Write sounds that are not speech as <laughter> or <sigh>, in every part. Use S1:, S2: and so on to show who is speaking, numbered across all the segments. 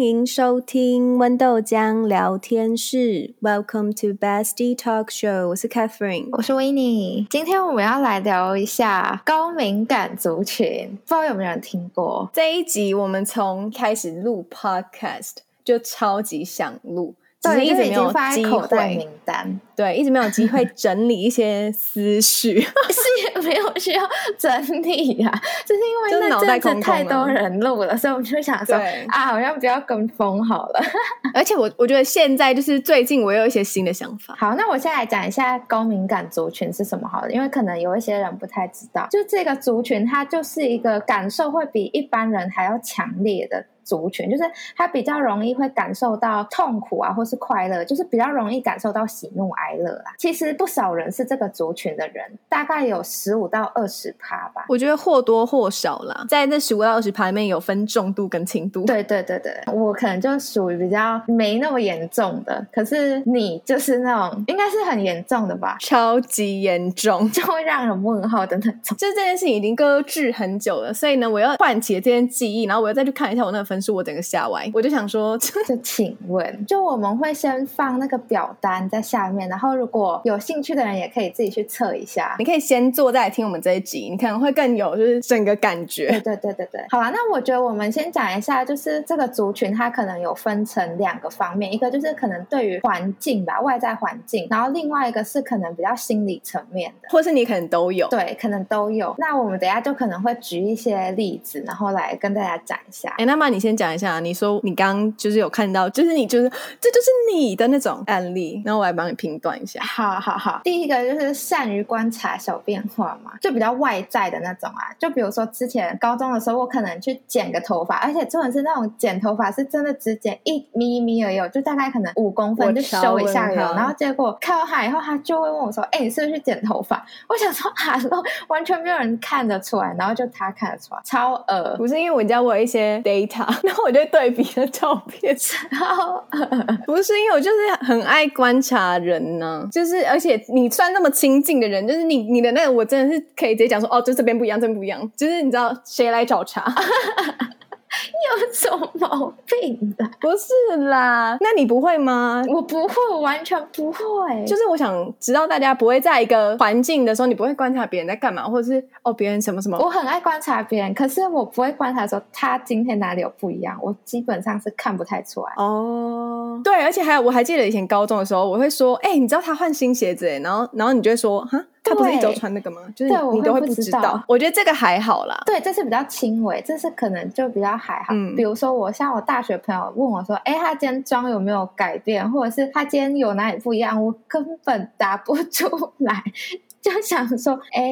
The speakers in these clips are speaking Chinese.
S1: 迎收听豌豆浆聊天室，Welcome to Bestie Talk Show。我是 Catherine，
S2: 我是 w i n n e 今天我们要来聊一下高敏感族群，不知道有没有人听过？
S1: 这一集我们从开始录 Podcast 就超级想录，只是
S2: 对，
S1: 一
S2: 就
S1: 直
S2: 已
S1: 没
S2: 经
S1: 有
S2: 放在
S1: 机
S2: 口袋名
S1: 会，
S2: 单，
S1: 对，一直没有机会整理一些思 <laughs> 绪。
S2: 是没有需要整理呀、 <laughs> 就是因
S1: 就是
S2: 为
S1: 脑
S2: 那
S1: 袋
S2: 阵
S1: 空
S2: 子
S1: 空
S2: 太
S1: 啊
S2: 多人录了，所以我们就想说
S1: 对
S2: 啊，好像不要跟风好了。
S1: 而且我我觉得现在就是最近我有一些新的想法，
S2: 好，那我先来讲一下高敏感族群是什么好了，因为可能有一些人不太知道，就这个族群，它就是一个感受会比一般人还要强烈的。族群就是他比较容易会感受到痛苦啊，或是快乐，就是比较容易感受到喜怒哀乐啊。其实不少人是这个族群的人，大概有十五到二十趴吧。
S1: 我觉得或多或少啦，在这十五到二十排里面有分重度跟轻度。
S2: 对对对对，我可能就属于比较没那么严重的，可是你就是那种应该是很严重的吧，
S1: 超级严重。
S2: 就会让人问号的那种。
S1: 就是这件事情已经搁置很久了，所以呢，我要唤起了这件记忆，然后我又再去看一下我那个分数，我整个吓歪。我就想说， <laughs>
S2: 就请问，就我们会先放那个表单在下面，然后如果有兴趣的人也可以自己去测一下
S1: 你。可以先坐再来听我们这一集，你可能会更有就是整个感
S2: 对
S1: 觉。
S2: 对对对对，好啦，那我觉得我们先讲一下，就是这个族群它可能有分成两个方面，一个就是可能对于环境吧，外在环境，然后另外一个是可能比较心理层面的。
S1: 或是你可能都有。
S2: 对，可能都有。那我们等一下就可能会举一些例子，然后来跟大家讲一下。
S1: 哎，那么你先讲一下，你说你刚刚就是有看到，就是你就是这就是你的那种案例，然后我来帮你评断一下。
S2: 好好好，第一个就是善于观察小变化嘛，就比较外在的那种啊。就比如说之前高中的时候，我可能去剪个头发，而且重点是那种剪头发是真的只剪一咪咪而已哦，就大概可能五公
S1: 我
S2: 分就
S1: 超
S2: 修一
S1: 问
S2: 下而已哦。
S1: 号
S2: 然后结果看到他以后，他就会问我说：“哎、你是不是去剪头发？”我想说啊，然后完全没有人看得出来，然后就他看得出来，超恶 <laughs>
S1: 不是因为我家我有一些 data，然 <laughs> 后我就对比了照片，
S2: 超恶
S1: 不是因为我就是很爱观察人呢、就是而且你算那么亲近的人，就是你你的那个，我真的是可以直接讲说，哦，就这边不一样，这边不一样，就是你知道谁来找茬？ <laughs>
S2: 有什么毛病啊？
S1: 不是啦，那你不会吗？
S2: 我不会，我完全不会，
S1: 就是我想知道大家不会在一个环境的时候，你不会观察别人在干嘛，或者是哦别人什么什么。
S2: 我很爱观察别人，可是我不会观察说他今天哪里有不一样，我基本上是看不太出来。
S1: 哦，对，而且还有，我还记得以前高中的时候，我会说，哎、你知道他换新鞋子耶，欸然后然后你就会说，哈，他不是一周
S2: 对
S1: 穿那个吗？就是
S2: 对我
S1: 你你都
S2: 会
S1: 会
S2: 不
S1: 不
S2: 知
S1: 知
S2: 道
S1: 道。我觉得这个还好啦，
S2: 对，这是比较轻微，这是可能就比较还好。
S1: 嗯
S2: 比如说，我像我大学朋友问我说：“哎，他今天妆有没有改变，或者是他今天有哪里不一样？”我根本答不出来，就想说：“哎，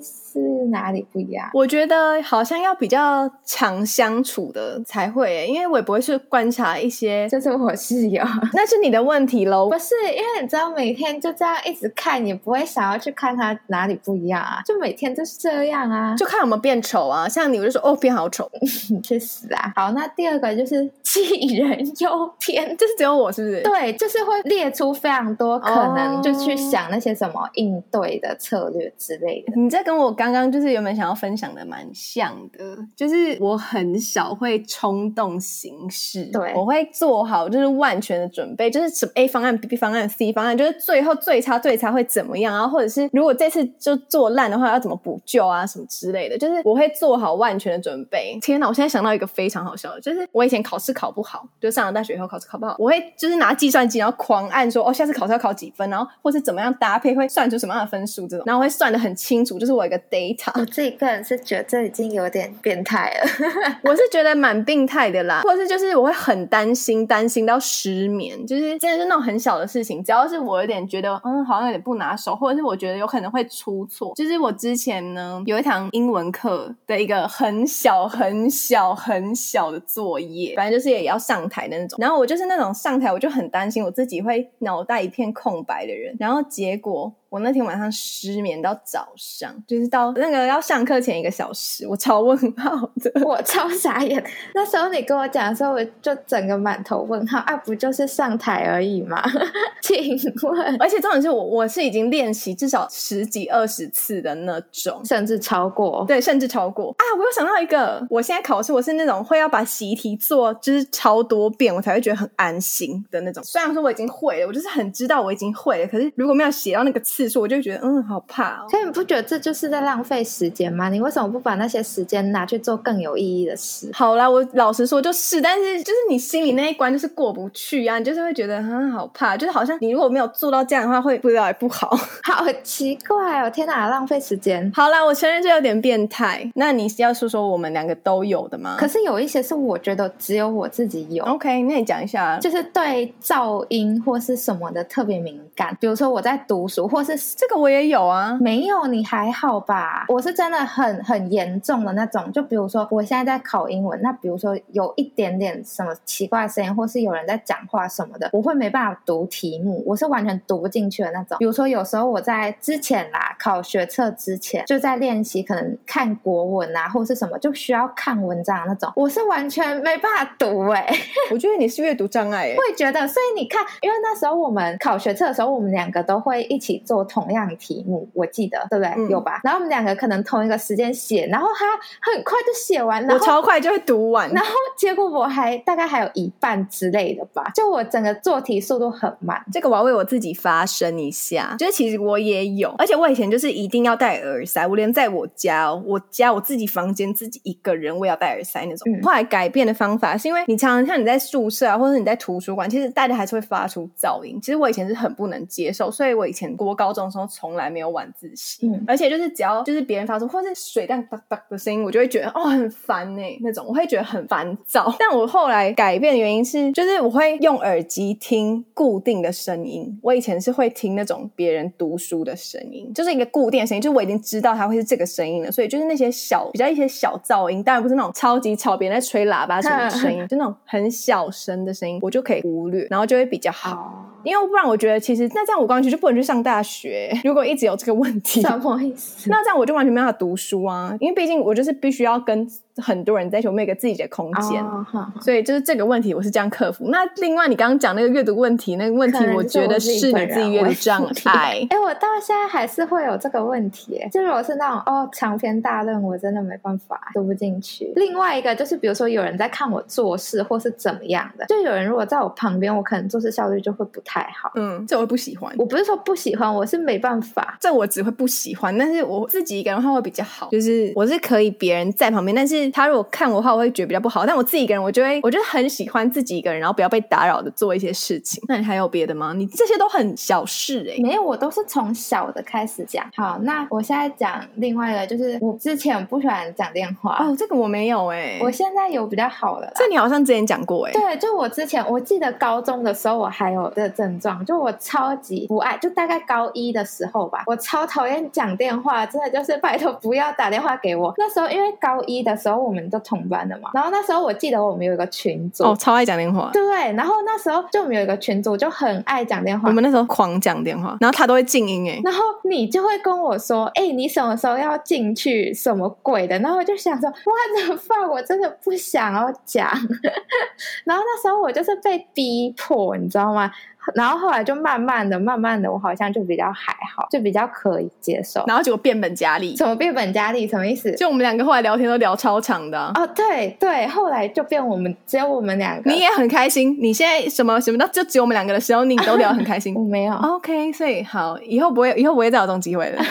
S2: 是哪里不一样 <laughs>
S1: 我觉得好像要比较常相处的才会耶、因为我也不会去观察一？”些，
S2: 这是我室友。
S1: 那是你的问题喽
S2: 不。是，因为你知道，每天就这样一直看，也不会想要去看他哪里不一样啊，就每天就是这样啊，
S1: 就看有没有变丑啊，像你我就说哦变好丑，
S2: 你去死啊！好，那第二个就是 <laughs> 杞人忧天。
S1: 这是只有我是不是？
S2: 对，就是会列出非常多可能，就去想那些什么应对的策略之类的。
S1: 你这跟我刚刚就是原本想要分享的蛮像的，就是我很少会冲动行事，
S2: 对
S1: 我会做好就是万全的准备，就是什么 A 方案、B 方案、C 方案，就是最后最差最差会怎么样，然后或者是如果这次就做烂的话，要怎么补救啊什么之类的，就是我会做好万全的准备。天哪，我现在想到一个非常好笑的，就是我以前考试考不好，就上了大学以后考试考不好，我会就是拿计算机然后狂按说哦下次考试要考几分，然后或是怎么样搭配会算出什么样的分数这种，然后会算的很清楚，就是我有一个 data。
S2: 哦我自己个人是觉得这已经有点变态了。
S1: 我是觉得蛮病态的啦，或者是就是我会很担心，担心到失眠，就是真的是那种很小的事情，只要是我有点觉得嗯好像有点不拿手，或者是我觉得有可能会出错，就是我之前呢有一堂英文课的一个很小很小很小的作业，反正就是也要上台的那种，然后我就是那种上台我就很担心我自己会脑袋一片空白的人，然后结果我那天晚上失眠到早上，就是到那个要上课前一个小时，我超问号的。
S2: <laughs> 我超傻眼。那时候你跟我讲的时候，我就整个满头问号啊，不就是上台而已吗？ <laughs> 请问，
S1: 而且重点是我我是已经练习至少十几二十次的那种，
S2: 甚至超过
S1: 对，甚至超过啊！我又想到一个，我现在考试我是那种会要把习题做就是超多遍，我才会觉得很安心的那种。虽然说我已经会了，我就是很知道我已经会了，可是如果没有写到那个次数，我就会觉得嗯，好怕哦。
S2: 所以你不觉得这就是在浪费时间吗？你为什么不把那些时间拿去做更有意义的事？
S1: 好啦，我老实说就是，但是就是你心里那一关就是过不去啊，你就是会觉得嗯，好怕，就是好像你如果没有做到这样的话，会不知道也不好。 <laughs>
S2: 好奇怪哦！天哪，浪费时间。
S1: 好啦，我承认这有点变态。那你是要说说我们两个都有的吗？
S2: 可是有一些是我觉得只有我自己有，
S1: OK，那你讲一下。
S2: 就是对噪音或是什么的特别敏感。比如说我在读书，或是
S1: 这个我也有
S2: <laughs>
S1: 啊，
S2: 没有你还好吧？我是真的很很严重的那种。就比如说我现在在考英文，那比如说有一点点什么奇怪的声音，或是有人在讲话什么的，我会没办法读题目，我是完全读不进去的那种。比如说有时候我在之前啦，考学测之前就在练习，可能看国文啊或是什么，就需要看文章的那种，我是完全没办法读哎、
S1: 我觉得你是阅读障碍、欸，
S2: 会觉得，所以你看，因为那时候我们考学测的时候，我们两个都会一起做同样题目，我记得对不对？
S1: 嗯
S2: 有吧？然后我们两个可能同一个时间写，然后他很快就写完，然
S1: 我
S2: 后
S1: 超快就会读完。
S2: 然后结果我还大概还有一半之类的吧，就我整个做题速度很慢。
S1: 这个我要为我自己发声一下，就是其实我也有，而且我以前就是一定要戴耳塞，我连在我家、哦，我家我自己房间自己一个人我也要戴耳塞那种。
S2: 嗯
S1: 后来改变的方法是因为你常常像你在宿舍啊，或者你在图书馆，其实戴的还是会发出噪音。其实我以前是很不能接受，所以我以前国高中的时候从来没有晚自习，
S2: 嗯
S1: 而且就是只要就是别人发出或是水这样哒哒的声音，我就会觉得哦很烦呢、那种，我会觉得很烦躁。但我后来改变的原因是，就是我会用耳机听固定的声音。我以前是会听那种别人读书的声音，就是一个固定的声音，就是我已经知道它会是这个声音了，所以就是那些小比较一些小噪音，当然不是那种超级吵，别人在吹喇叭什么的声音，就那种很小声的声音，我就可以忽略，然后就会比较好。
S2: 哦，
S1: 因为不然，我觉得其实那这样我刚去就不能去上大学。欸如果一直有这个问题，
S2: 什么意思？
S1: <laughs> 那这样我就完全没办法读书啊，因为毕竟我就是必须要跟很多人在一起，我们有一个自己的空间。
S2: 哦哈
S1: 所以就是这个问题，我是这样克服。那另外你刚刚讲那个阅读问题，那个问题
S2: 可能
S1: 我觉得
S2: 是我
S1: 是你自己阅读障碍。
S2: <laughs> 哎、我到现在还是会有这个问题耶，就如果是那种哦长篇大论，我真的没办法读不进去。另外一个就是，比如说有人在看我做事或是怎么样的，就有人如果在我旁边，我可能做事效率就会不太好。
S1: 嗯，这我不喜欢，
S2: 我不是说不喜欢，我是没办法。
S1: 这我只会不喜欢。但是我自己一个人的话会比较好，就是我是可以别人在旁边，但是他如果看我的话，我会觉得比较不好。但我自己一个人，我就会我就很喜欢自己一个人，然后不要被打扰的做一些事情。那你还有别的吗？你这些都很小事哎、
S2: 没有，我都是从小的开始讲。好，那我现在讲另外一个，就是我之前不喜欢讲电话，
S1: 哦，这个我没有哎、
S2: 我现在有比较好了啦。
S1: 这你好像之前讲过哎、
S2: 对，就我之前我记得高中的时候，我还有这个症状，就我超级不爱，就大概高一的时候吧，我超讨厌讲电话，真的就是拜托不要打电话给我。那时候因为高一的时候我们都同班的嘛，然后那时候我记得我们有一个群组，
S1: 哦，超爱讲电话。
S2: 对不对？然后那时候就我们有一个群组，就很爱讲电话
S1: 我。们那时候狂讲电话，然后他都会静音哎。
S2: 然后你就会跟我说：“哎、你什么时候要进去？什么鬼的？”然后我就想说：“我的饭，我真的不想要讲。” <laughs> 然后那时候我就是被逼迫，你知道吗？然后后来就慢慢的、慢慢的，我好像就比较还好，就比较可以接受。
S1: 然后结果变本加厉，
S2: 什么变本加厉？什么意思？
S1: 就我们两个后来聊天都聊超长的啊、
S2: 哦，对对，后来就变我们只有我们两个。
S1: 你也很开心。你现在什么什么的，就只有我们两个的时候，你都聊得很开心哦
S2: 我。没有，
S1: OK，所以好，以后不会，以后不会再有这种机
S2: <laughs>
S1: 会了。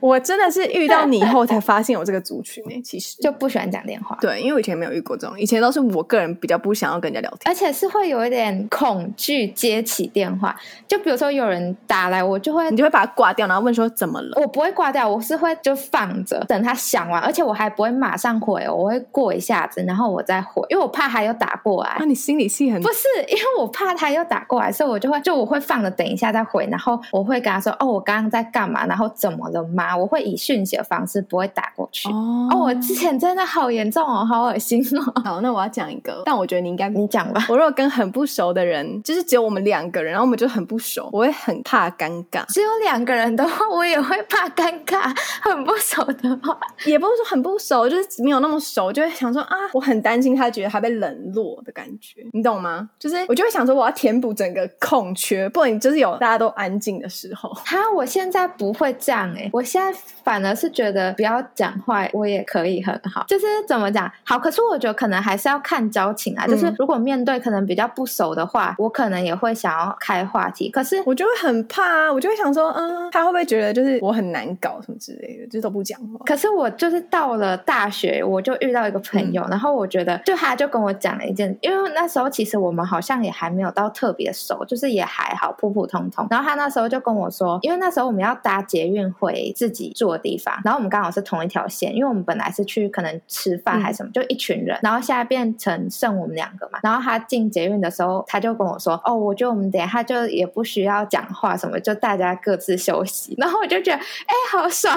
S1: 我真的是遇到你以后才发现有这个族群诶、其实
S2: 就不喜欢讲电话。
S1: 对，因为我以前没有遇过这种，以前都是我个人比较不想要跟人家聊天。
S2: 而且是会有一点恐惧接起电话，就比如说有人打来，我就会
S1: 你就会把它挂掉，然后问说怎么了？
S2: 我不会挂掉，我是会就放着，等他响完，而且我还不会马上回哦，我会过一下子，然后我再回，因为我怕他又打过来。
S1: 啊，你心理戏很
S2: 不是，因为我怕他又打过来，所以我就会就我会放着，等一下再回，然后我会跟他说：“哦，我刚刚在干嘛？然后怎么了吗？”我会以讯息的方式，不会打过去。
S1: 哦
S2: 哦，我之前真的好严重哦，好恶心
S1: <laughs>
S2: 哦！
S1: 好，那我要讲一个，但我觉得你应该
S2: 你讲吧。
S1: 我如果跟很不熟的人，就是只有我们两个人，然后我们就很不熟，我会很怕尴尬，
S2: 只有两个人的话，我也会怕尴尬，很不熟的话，
S1: 也不是说很不熟，就是没有那么熟，就会想说啊，我很担心他觉得他被冷落的感觉，你懂吗？就是我就会想说我要填补整个空缺，不然就是有大家都安静的时候。 <laughs>
S2: 哈，我现在不会这样哎、我现在反而是觉得不要讲坏，我也可以很好，就是怎么讲好。可是我觉得可能还是要看交情啊，就是
S1: 嗯
S2: 如果面对可能比较不熟的话，我可能也会想要开话题，可是
S1: 我就会很怕啊，我就会想说，嗯，他会不会觉得就是我很难搞什么之类的，就是都不讲话。
S2: 可是我就是到了大学，我就遇到一个朋友，然后我觉得就他就跟我讲了一件，因为那时候其实我们好像也还没有到特别熟，就是也还好普普通通。然后他那时候就跟我说，因为那时候我们要搭捷运回自己住的地方，然后我们刚好是同一条线，因为我们本来是去可能吃饭
S1: 嗯
S2: 还是什么，就一群人，然后现在变成剩我们两个嘛。然后他进捷运的时候，他就跟我说，哦，我觉得我们等一下就也不需要讲话什么，就大家各自休息。 <laughs> 然后我就觉得。哎、好爽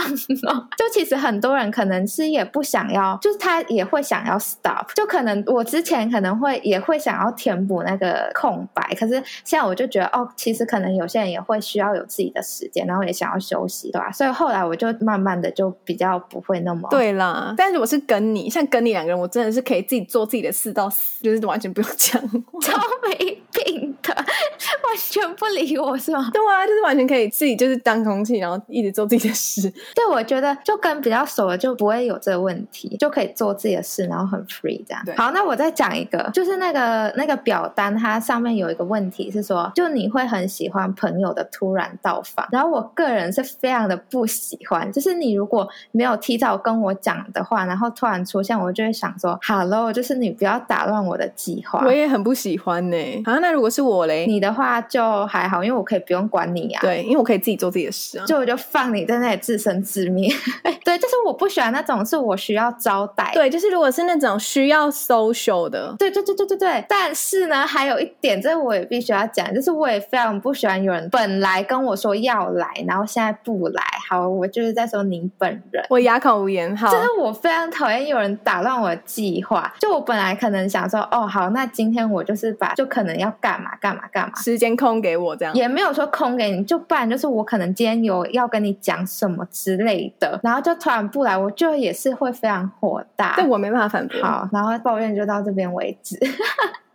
S2: 哦！就其实很多人可能是也不想要，就是他也会想要 stop，就可能我之前可能会也会想要填补那个空白，可是现在我就觉得哦，其实可能有些人也会需要有自己的时间，然后也想要休息，对吧、所以后来我就慢慢的就比较不会那么。
S1: 对啦，但是我是跟你，像跟你两个人，我真的是可以自己做自己的事到死，就是完全不用讲话。
S2: <laughs> 超没病的，完全不理我是吗？
S1: 对啊，就是完全可以自己就是当空气，然后一直做自己的事。
S2: <laughs> 对，我觉得就跟比较熟了就不会有这个问题，就可以做自己的事，然后很 free 这样
S1: 对。
S2: 好，那我再讲一个，就是那个那个表单，它上面有一个问题是说，就你会很喜欢朋友的突然到访，然后我个人是非常的不喜欢，就是你如果没有提早跟我讲的话，然后突然出现，我就会想说，hello，就是你不要打乱我的计划
S1: 我。也很不喜欢呢、啊，那如果是我嘞，
S2: 你的话就还好，因为我可以不用管你啊。
S1: 对，因为我可以自己做自己的事啊。
S2: 就我就放你在那里自生自灭。 <laughs> 对，就是我不喜欢那种是我需要招待。
S1: 对，就是如果是那种需要 social 的，
S2: 对对对对对对，但是呢，还有一点，这我也必须要讲，就是我也非常不喜欢有人本来跟我说要来，然后现在不来。好，我就是在说你本人。
S1: 我哑口无言。好
S2: 就，是我非常讨厌有人打乱我的计划。就我本来可能想说，哦，好，那今天我就是把，就可能要干嘛干嘛干嘛，
S1: 时间空给我这样。
S2: 也没有说空给你，就不然就是我可能今天有要跟你讲什么之类的，然后就突然不来，我就也是会非常火大
S1: 这。我没办法反驳。
S2: 好，然后抱怨就到这边为止。 <laughs>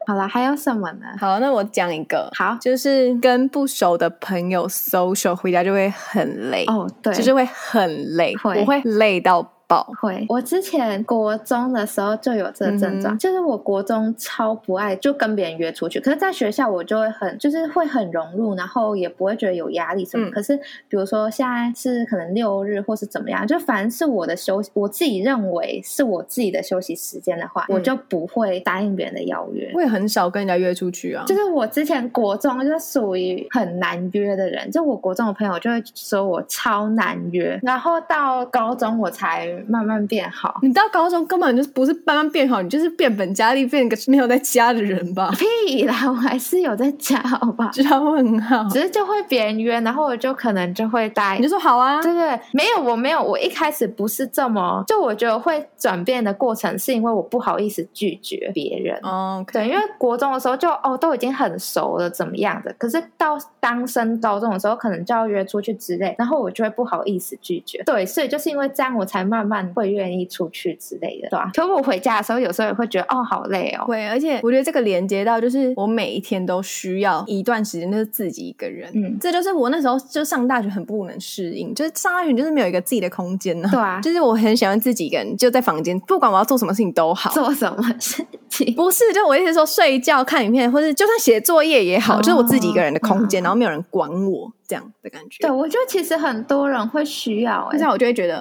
S2: 好了，还有什么呢？
S1: 好，那我讲一个，
S2: 好，
S1: 就是跟不熟的朋友 social 回家就会很累，
S2: 哦，对，
S1: 就是会很累，
S2: 会
S1: 我会累到爆。
S2: 会。我之前国中的时候就有这个症状，
S1: 嗯哼
S2: 就是我国中超不爱就跟别人约出去，可是在学校我就会很就是会很融入，然后也不会觉得有压力什么。
S1: 嗯
S2: 可是比如说现在是可能六日或是怎么样，就反正是我的休息，我自己认为是我自己的休息时间的话，
S1: 嗯
S2: 我就不会答应别人的邀约。
S1: 我也很少跟人家约出去啊，
S2: 就是我之前国中就是属于很难约的人，就我国中的朋友就会说我超难约，然后到高中我才慢慢变好。
S1: 你到高中根本就是不是慢慢变好，你就是变本加厉，变个没有在家的人吧？ <laughs>
S2: <laughs> 屁啦，我还是有在家，好不好？
S1: 知道问号？
S2: 只是就会别人约，然后我就可能就会答
S1: 你
S2: 应
S1: 就。说好啊，
S2: 对对，没有，我没有，我一开始不是这么，就我觉得会转变的过程，是因为我不好意思拒绝别人。
S1: 哦，OK，
S2: 对，因为国中的时候就哦都已经很熟了，怎么样的？可是到当升高中的时候，可能就要约出去之类，然后我就会不好意思拒绝。对，所以就是因为这样，我才慢慢会愿意出去之类的，对吧、可我回家的时候，有时候也会觉得哦好累哦，
S1: 会，而且我觉得这个连接到就是我每一天都需要一段时间，就是自己一个人。
S2: 嗯
S1: 这就是我那时候就上大学很不能适应，就是上大学你就是没有一个自己的空间呢、
S2: 对啊
S1: 就是我很喜欢自己一个人，就在房间，不管我要做什么事情都好。
S2: 做什么事情？
S1: 不是，就我意思是说，睡觉、看影片，或者就算写作业也好，
S2: 哦
S1: 就是我自己一个人的空间，然后没有人管我这样的感觉。
S2: <laughs> 对，，我觉得其实很多人会需要、
S1: 这
S2: 哎，
S1: 样我就会觉得，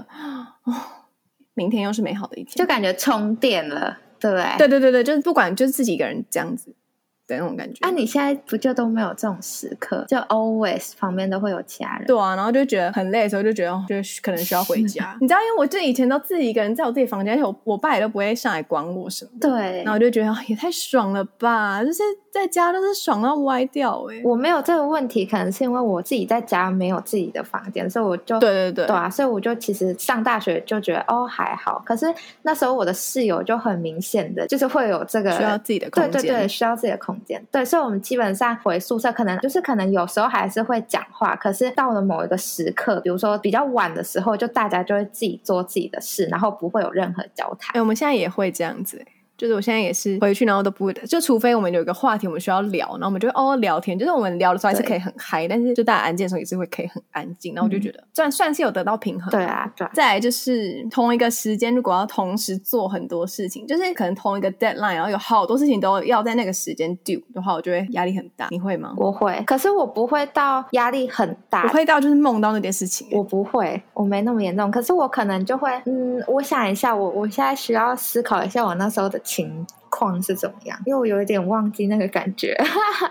S1: 哦，明天又是美好的一天。
S2: 就感觉充电了，对不对？
S1: 对。对对对，就是不管就是自己一个人这样子的那种感觉。
S2: 啊，你现在不就都没有这种时刻？就 always 旁边都会有其他人。
S1: 对啊，然后就觉得很累的时候，就觉得哦就是可能需要回家。你知道，因为我就以前都自己一个人在我自己房间，而且我我爸也都不会上来管我什么的。
S2: 对
S1: 然后我就觉得、哦、也太爽了吧！就是在家都是爽到歪掉哎、
S2: 我没有这个问题，可能是因为我自己在家没有自己的房间，所以我就
S1: 对对对，
S2: 对啊，所以我就其实上大学就觉得哦还好，可是那时候我的室友就很明显的就是会有这个
S1: 需要自己的空
S2: 对
S1: 间。
S2: 对对需要自己的空空间。对，所以我们基本上回宿舍，可能就是可能有时候还是会讲话，可是到了某一个时刻，比如说比较晚的时候，就大家就会自己做自己的事，然后不会有任何交谈。
S1: 哎、我们现在也会这样子、哎就是我现在也是回去，然后都不会，就除非我们有一个话题我们需要聊，然后我们就会哦聊天。就是我们聊的时候还是可以很嗨，但是就大家安静的时候也是会可以很安静。然后我就觉得、算算是有得到平衡，
S2: 嗯对啊，对啊，
S1: 再来就是同一个时间，如果要同时做很多事情，就是可能同一个 deadline，然后有好多事情都要在那个时间 do 的话，我就会压力很大。你会吗？
S2: 我会，可是我不会到压力很大
S1: 我，会到就是梦到那件事情，
S2: 我不会，我没那么严重。可是我可能就会，嗯，我想一下，我我现在需要思考一下我那时候的情况是怎么样，因为我有一点忘记那个感觉， <laughs>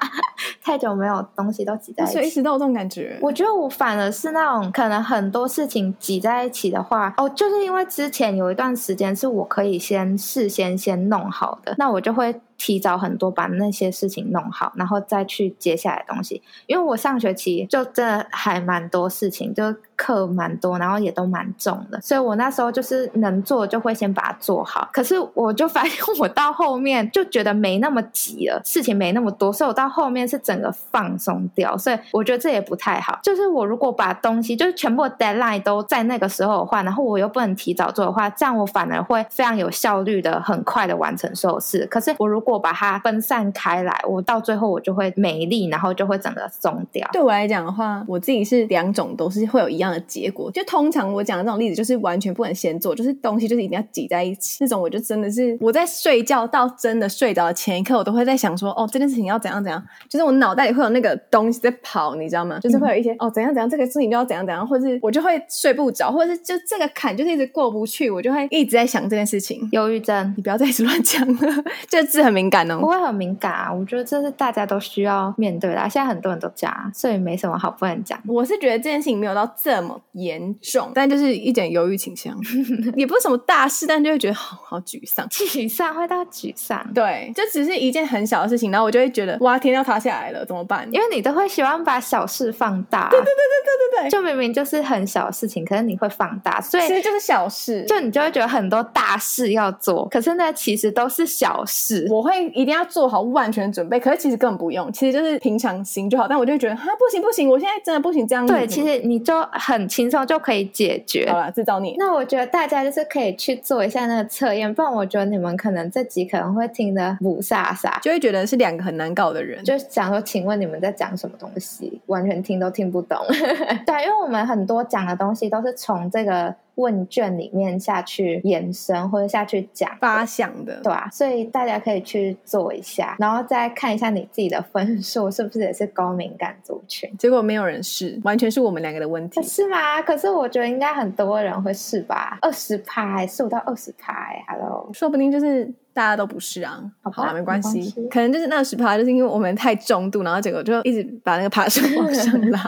S2: 太久没有东西都挤在
S1: 所以
S2: 一
S1: 一
S2: 起。
S1: 直都有这种感觉。
S2: 我觉得我反而是那种可能很多事情挤在一起的话，哦，就是因为之前有一段时间是我可以先事先先弄好的，那我就会提早很多把那些事情弄好，然后再去接下来的东西。因为我上学期就真的还蛮多事情，就课蛮多，然后也都蛮重的，所以我那时候就是能做就会先把它做好。可是我就发现我到后面就觉得没那么急了，事情没那么多，所以我到后面是整个放松掉，所以我觉得这也不太好。就是我如果把东西就是全部的 deadline 都在那个时候的话，然后我又不能提早做的话，这样我反而会非常有效率的、很快的完成所有事。可是我如果把它分散开来，我到最后我就会没力，然后就会整个松掉。
S1: 对我来讲的话，我自己是两种都是会有一样的结果。就通常我讲的这种例子，就是完全不能先做，就是东西就是一定要挤在一起。那种我就真的是我在睡觉到真的睡着的前一刻，我都会在想说，哦，这件事情要怎样怎样，就是我脑袋里会有那个东西在跑，你知道吗？就是会有一些、哦怎样怎样，这个事情就要怎样怎样，或者是我就会睡不着，或者是就这个坎就是一直过不去，我就会一直在想这件事情。
S2: 忧郁症
S1: 你不要再一 <laughs> 直乱讲了，这个字很敏感哦。
S2: 不会很敏感啊，我觉得这是大家都需要面对的啊、现在很多人都这样啊，所以没什么好不能讲。 <laughs>
S1: 我是觉得这件事情没有到这么严重，但就是一点犹豫倾 <laughs> 向，也不是什么大事，但就会觉得好好沮丧。
S2: 沮丧会到沮丧，
S1: 对，就只是一件很小的事情，然后我就会觉得哇，天要塌下来了，怎么办？
S2: 因为你都会喜欢把小事放大、对对对
S1: 对对对
S2: 就明明就是很小的事情，可是你会放大，所以
S1: 其实就是小事，
S2: 就你就会觉得很多大事要做，可是那其实都是小事。
S1: 我会一定要做好万全准备，可是其实根本不用，其实就是平常心就好。但我就会觉得哈，不行不行，我现在真的不行这样子。
S2: 对，其实你就很轻松就可以解决。
S1: 好啦，自造孽。
S2: 那我觉得大家就是可以去做一下那个测验，不然我觉得你们可能这集可能会听得五煞煞，
S1: 就会觉得是两个很难搞的人，
S2: 就想说，请问你们在讲什么东西？完全听都听不懂。 <laughs> 对，啊因为我们很多讲的东西都是从这个问卷里面下去延伸或者下去讲。
S1: 发想的。
S2: 对啊，所以大家可以去做一下，然后再看一下你自己的分数是不是也是高敏感族群，
S1: 结果没有人是，完全是我们两个的问题。
S2: 是吗？可是我觉得应该很多人会是吧，二十趴，欸十五到二十趴，Hello，欸
S1: 说不定就是大家都不是啊。
S2: 好吧
S1: 好啦，没关
S2: 没
S1: 系
S2: 关系，
S1: 可能就是那十趴，就是因为我们太重度，然后结果就一直把那个爬升往上
S2: <laughs>
S1: 拉。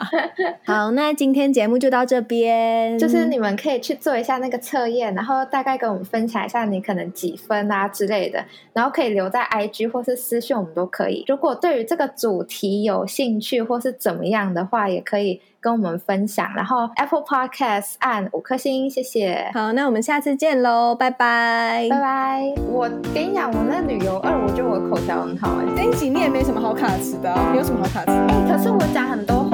S1: 好，那今天节目就到这边，
S2: 就是你们可以去做一下那个测验，然后大概跟我们分享一下你可能几分啊之类的，然后可以留在 IG 或是私讯我们都可以。如果对于这个主题有兴趣或是怎么样的话，也可以跟我们分享。然后 Apple Podcast 按五颗星，谢谢，
S1: 好，那我们下次见喽，拜拜。
S2: 拜拜。我跟你讲，我那旅游二，我觉得我口条很好哎、
S1: 这一集你也没什么好卡词的啊、你有什么好卡词？
S2: 哎、可是我讲很多
S1: 啊欸
S2: 哦